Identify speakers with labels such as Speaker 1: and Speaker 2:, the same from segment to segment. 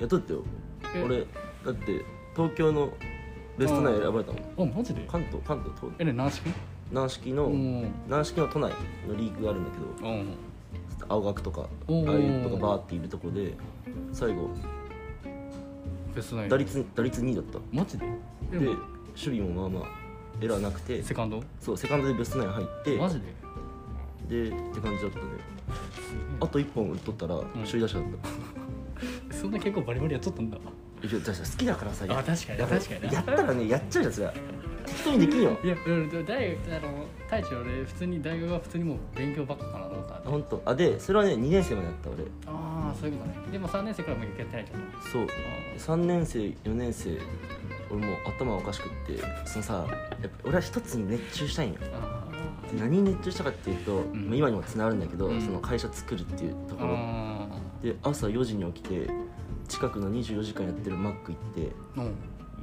Speaker 1: やだってよ
Speaker 2: え
Speaker 1: 俺だって東京のベストナイン選ばれたもん
Speaker 2: あマジで
Speaker 1: 関東関東東
Speaker 2: えね軟式
Speaker 1: 軟式
Speaker 2: う
Speaker 1: の
Speaker 2: ん
Speaker 1: 軟式の都内のリーグがあるんだけど
Speaker 2: うん
Speaker 1: 青学とか
Speaker 2: おー
Speaker 1: ああいうとかバーっているとこで最後
Speaker 2: ベストナイン
Speaker 1: 打率打率2位だった
Speaker 2: マジで
Speaker 1: で守備もまあまあエラーなくて
Speaker 2: セカンド
Speaker 1: そうセカンドでベストナイン入って
Speaker 2: マジで
Speaker 1: でって感じだったねあと1本打っとったら首位打者だった、
Speaker 2: そんな結構バリバリやっとったんだ
Speaker 1: いやだから好きだからさや
Speaker 2: あ確かに
Speaker 1: や
Speaker 2: 確かにな
Speaker 1: やったらねやっちゃうじゃんそれ適当にできんよ
Speaker 2: いや俺大学あの太一俺普通に大学は普通にもう勉強ばっかかなと思った
Speaker 1: 本当あでそれはね2年生までやった俺
Speaker 2: ああそういうことねでも3年生からもう一回やってないじゃん
Speaker 1: そう3年生4年生俺もう頭おかしくってそのさやっぱ俺は一つに熱中したいんよ
Speaker 2: あ
Speaker 1: 何に熱中したかっていうと、
Speaker 2: ん
Speaker 1: まあ今にもつながるんだけど、
Speaker 2: うん
Speaker 1: その会社作るっていうと
Speaker 2: ー
Speaker 1: ころ
Speaker 2: あ
Speaker 1: で朝4時に起きて近くの24時間やってるマック行って
Speaker 2: ーうん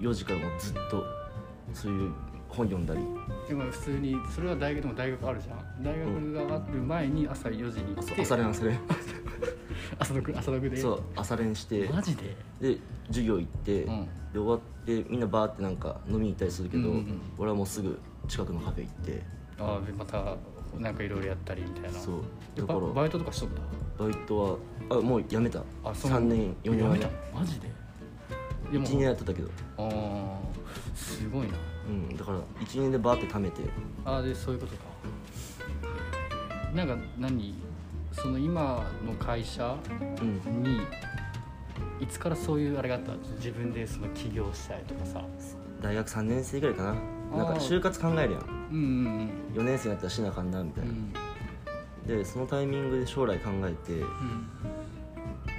Speaker 1: 4時間もずっとそういう本読んだり
Speaker 2: でも普通にそれは大学でも大学あるじゃん大学がある前に朝4時に行っ
Speaker 1: 朝
Speaker 2: て
Speaker 1: 朝練朝練
Speaker 2: 朝読朝読で
Speaker 1: そう朝練して
Speaker 2: マジで
Speaker 1: で授業行って、
Speaker 2: うん
Speaker 1: で終わってみんなバーってなんか飲みに行ったりするけど、
Speaker 2: うんうんうん
Speaker 1: 俺はもうすぐ近くのカフェ行って
Speaker 2: ああまたなんかいろいろやったりみたいな
Speaker 1: そう
Speaker 2: で
Speaker 1: だか
Speaker 2: バ
Speaker 1: ら
Speaker 2: バイトとかしとった
Speaker 1: バイトはあもう辞めた
Speaker 2: あそう
Speaker 1: 3年4年
Speaker 2: や
Speaker 1: は
Speaker 2: め
Speaker 1: ね
Speaker 2: たマジででも
Speaker 1: 1年やってたけど、
Speaker 2: ああすごいな
Speaker 1: うん、だから1年でバーって貯めて
Speaker 2: ああでそういうことかなんか何その今の会社
Speaker 1: うん
Speaker 2: にいつからそういうあれがあった自分でその起業したいとかさ
Speaker 1: 大学3年生ぐらいかななんか
Speaker 2: あー
Speaker 1: 就活考えるや
Speaker 2: うんう
Speaker 1: ん
Speaker 2: ん
Speaker 1: 4年生になったらしなあかんなみた
Speaker 2: う
Speaker 1: いな、
Speaker 2: ん
Speaker 1: でそのタイミングで将来考えて
Speaker 2: う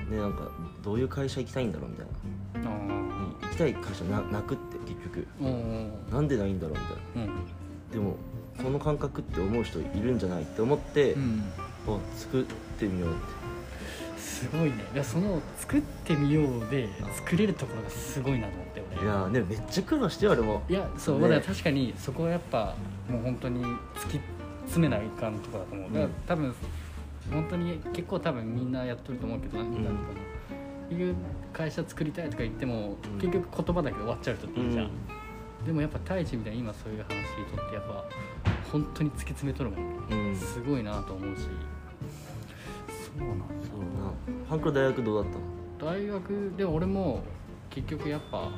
Speaker 2: ん
Speaker 1: でなんかどういう会社行きたいんだろうみたいな
Speaker 2: ああ
Speaker 1: い行きたい会社ななくって結局
Speaker 2: うん
Speaker 1: なんでないんだろうみたいな
Speaker 2: うん
Speaker 1: でもこの感覚って思う人いるんじゃないって思って、
Speaker 2: うん
Speaker 1: あ作ってみようって
Speaker 2: すごいねいやその作ってみようで作れるところがすごいなと思って俺
Speaker 1: いやーねめっちゃ苦労してよ俺も
Speaker 2: いやそう、ま
Speaker 1: ね
Speaker 2: だ確かにそこはやっぱもう本当に突き詰めないかんとこだと思うだから
Speaker 1: うん
Speaker 2: 多分本当に結構多分みんなやっとると思うけど、なんだろう結局会社作りたいとか言っても、
Speaker 1: うん
Speaker 2: 結局言葉だけで終わっちゃう人っているじゃん、
Speaker 1: うん
Speaker 2: でもやっぱ太一みたいに今そういう話とってやっぱ本当に突き詰めとるもん、
Speaker 1: うん
Speaker 2: すごいなと思うしそうなんだ
Speaker 1: そうな半黒大学どうだったの
Speaker 2: 大学で俺も結局やっぱ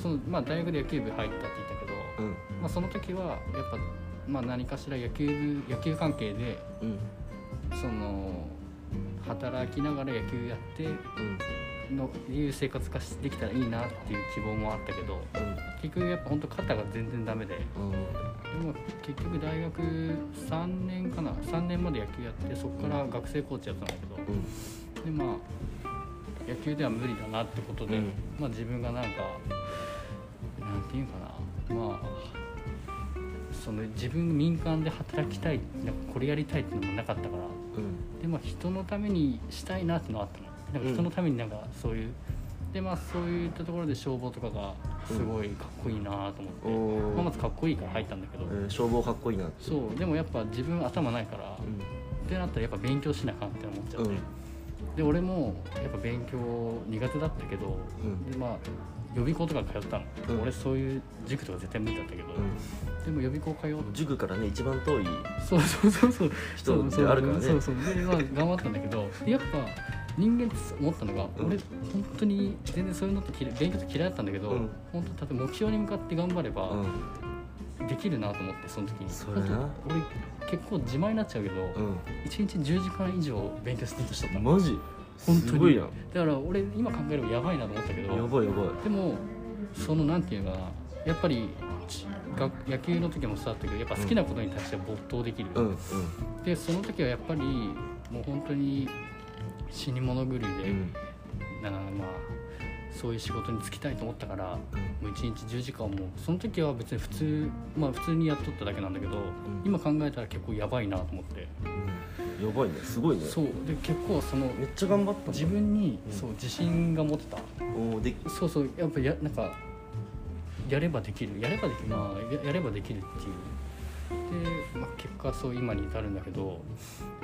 Speaker 2: その、まあ、大学で野球部入ったって言ったけど、
Speaker 1: うん
Speaker 2: まあ、その時はやっぱ、まあ、何かしら野球部野球関係で
Speaker 1: うん
Speaker 2: その働きながら野球やって
Speaker 1: うん
Speaker 2: のいう生活ができたらいいなっていう希望もあったけど
Speaker 1: う
Speaker 2: 結局やっぱ本当肩が全然ダメでで
Speaker 1: んうん
Speaker 2: も結局大学3年かな3年まで野球やってそこから学生コーチやってたんだけ
Speaker 1: うん
Speaker 2: どでまあ野球では無理だなってことで、
Speaker 1: うん
Speaker 2: まあ自分がなんかなんていうかなまあその自分民間で働きたいなんかこれやりたいっていうのもなかったから
Speaker 1: うん
Speaker 2: でまあ人のためにしたいなっていうのはあったのなんか人のためになんかそういう、でまあそういったところで消防とかがすごいかっこいいなと思って、
Speaker 1: おー
Speaker 2: まあまずかっこいいから入ったんだけど、
Speaker 1: えー消防かっこいいなって
Speaker 2: そうでもやっぱ自分頭ないから、っ
Speaker 1: う
Speaker 2: てなったらやっぱ勉強しなあかんって思っちゃっ
Speaker 1: ん
Speaker 2: て、
Speaker 1: うん
Speaker 2: で俺もやっぱ勉強苦手だったけど、
Speaker 1: うん
Speaker 2: でまあ予備校とか通ったの、
Speaker 1: うん
Speaker 2: 俺そういう塾とか絶対無理だったけど、でも予備校通う
Speaker 1: うん塾からね一番遠い
Speaker 2: そうそうそうそう
Speaker 1: 人であるからね
Speaker 2: そうそうそうでまあ頑張ったんだけどやっぱ人間って思ったのが、
Speaker 1: うん
Speaker 2: 俺本当に全然そういうのって嫌い勉強って嫌いだったんだけど、
Speaker 1: うん
Speaker 2: 本当例えば目標に向かって頑張れば
Speaker 1: う
Speaker 2: できるなと思ってその時に
Speaker 1: それな
Speaker 2: 本当俺結構自慢になっちゃうけど、
Speaker 1: ん
Speaker 2: 一1日10時間以上勉強するとしとった
Speaker 1: うん
Speaker 2: の
Speaker 1: マジ
Speaker 2: 本当に
Speaker 1: すごいやん
Speaker 2: だから俺今考えればやばいなと思ったけど
Speaker 1: やばいやばい
Speaker 2: でもそのなんていうのかなやっぱりち学野球の時もそうだったけどやっぱ好きなことに対して没頭できる、
Speaker 1: うんうん
Speaker 2: でその時はやっぱりもう本当に死に物狂いで、
Speaker 1: うん
Speaker 2: なんかまあそういう仕事に就きたいと思ったからも
Speaker 1: うん
Speaker 2: う1日10時間もその時は別に普通まあ普通にやっとっただけなんだけど、今考えたら結構やばいなと思って、
Speaker 1: うんやばいねすごいね
Speaker 2: そうで結構その
Speaker 1: めっちゃ頑張ったんだ
Speaker 2: 自分に、
Speaker 1: うん
Speaker 2: そう自信が持てた
Speaker 1: おーで
Speaker 2: そうそうやっぱやなんかやればできるやればできるまあややればできるっていうで、まあ、結果そう今に至るんだけど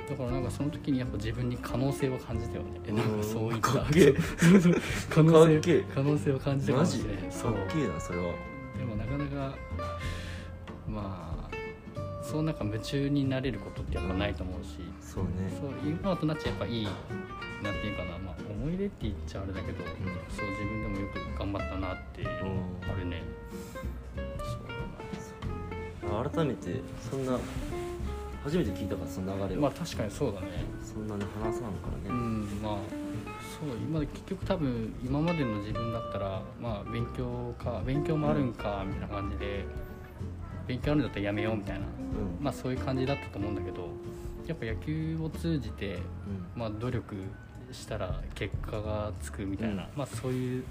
Speaker 2: だからなんかその時にやっぱ自分に可能性を感じたよねえなんか そういった
Speaker 1: かっけえ
Speaker 2: 可能
Speaker 1: かっけえ
Speaker 2: 性可能性を感じたか
Speaker 1: マ
Speaker 2: も
Speaker 1: ジ
Speaker 2: しれ
Speaker 1: か
Speaker 2: ないそう
Speaker 1: っけえなそれは
Speaker 2: でもなかなかまあそうなんか夢中になれることってやっぱないと思うし、
Speaker 1: そうね
Speaker 2: そう今となっちゃやっぱいいなんていうかな、まあ、思い出って言っちゃあれだけど、
Speaker 1: ん
Speaker 2: そう自分でもよく頑張ったなっていう
Speaker 1: うん
Speaker 2: あるねそう
Speaker 1: 改めてそんな初めて聞いたからその流れを、
Speaker 2: まあ確かにそうだね
Speaker 1: そんなに話さんか
Speaker 2: う
Speaker 1: らね、
Speaker 2: んまあそう今結局多分今までの自分だったらまあ勉強か勉強もあるんかみたいな感じで勉強あるんだったらやめようみたいな
Speaker 1: うん
Speaker 2: まあそういう感じだったと思うんだけどやっぱ野球を通じてまあ、努力したら結果がつくみたいな、
Speaker 1: うん
Speaker 2: まあ、そういう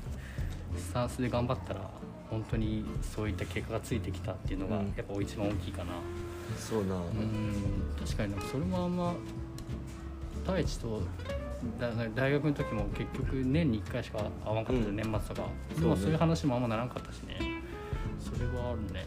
Speaker 2: スタンスで頑張ったら本当にそういった結果がついてきたっていうのが
Speaker 1: うん
Speaker 2: やっぱ一番大きいかな、
Speaker 1: うん、そうな、
Speaker 2: うん、確かになんかそれもあんま太一とだ大学の時も結局年に1回しか会わんかったじゃん、
Speaker 1: うん
Speaker 2: 年末とか
Speaker 1: そうね
Speaker 2: そう,、そういう話もあんまならんかったしねそれはあるね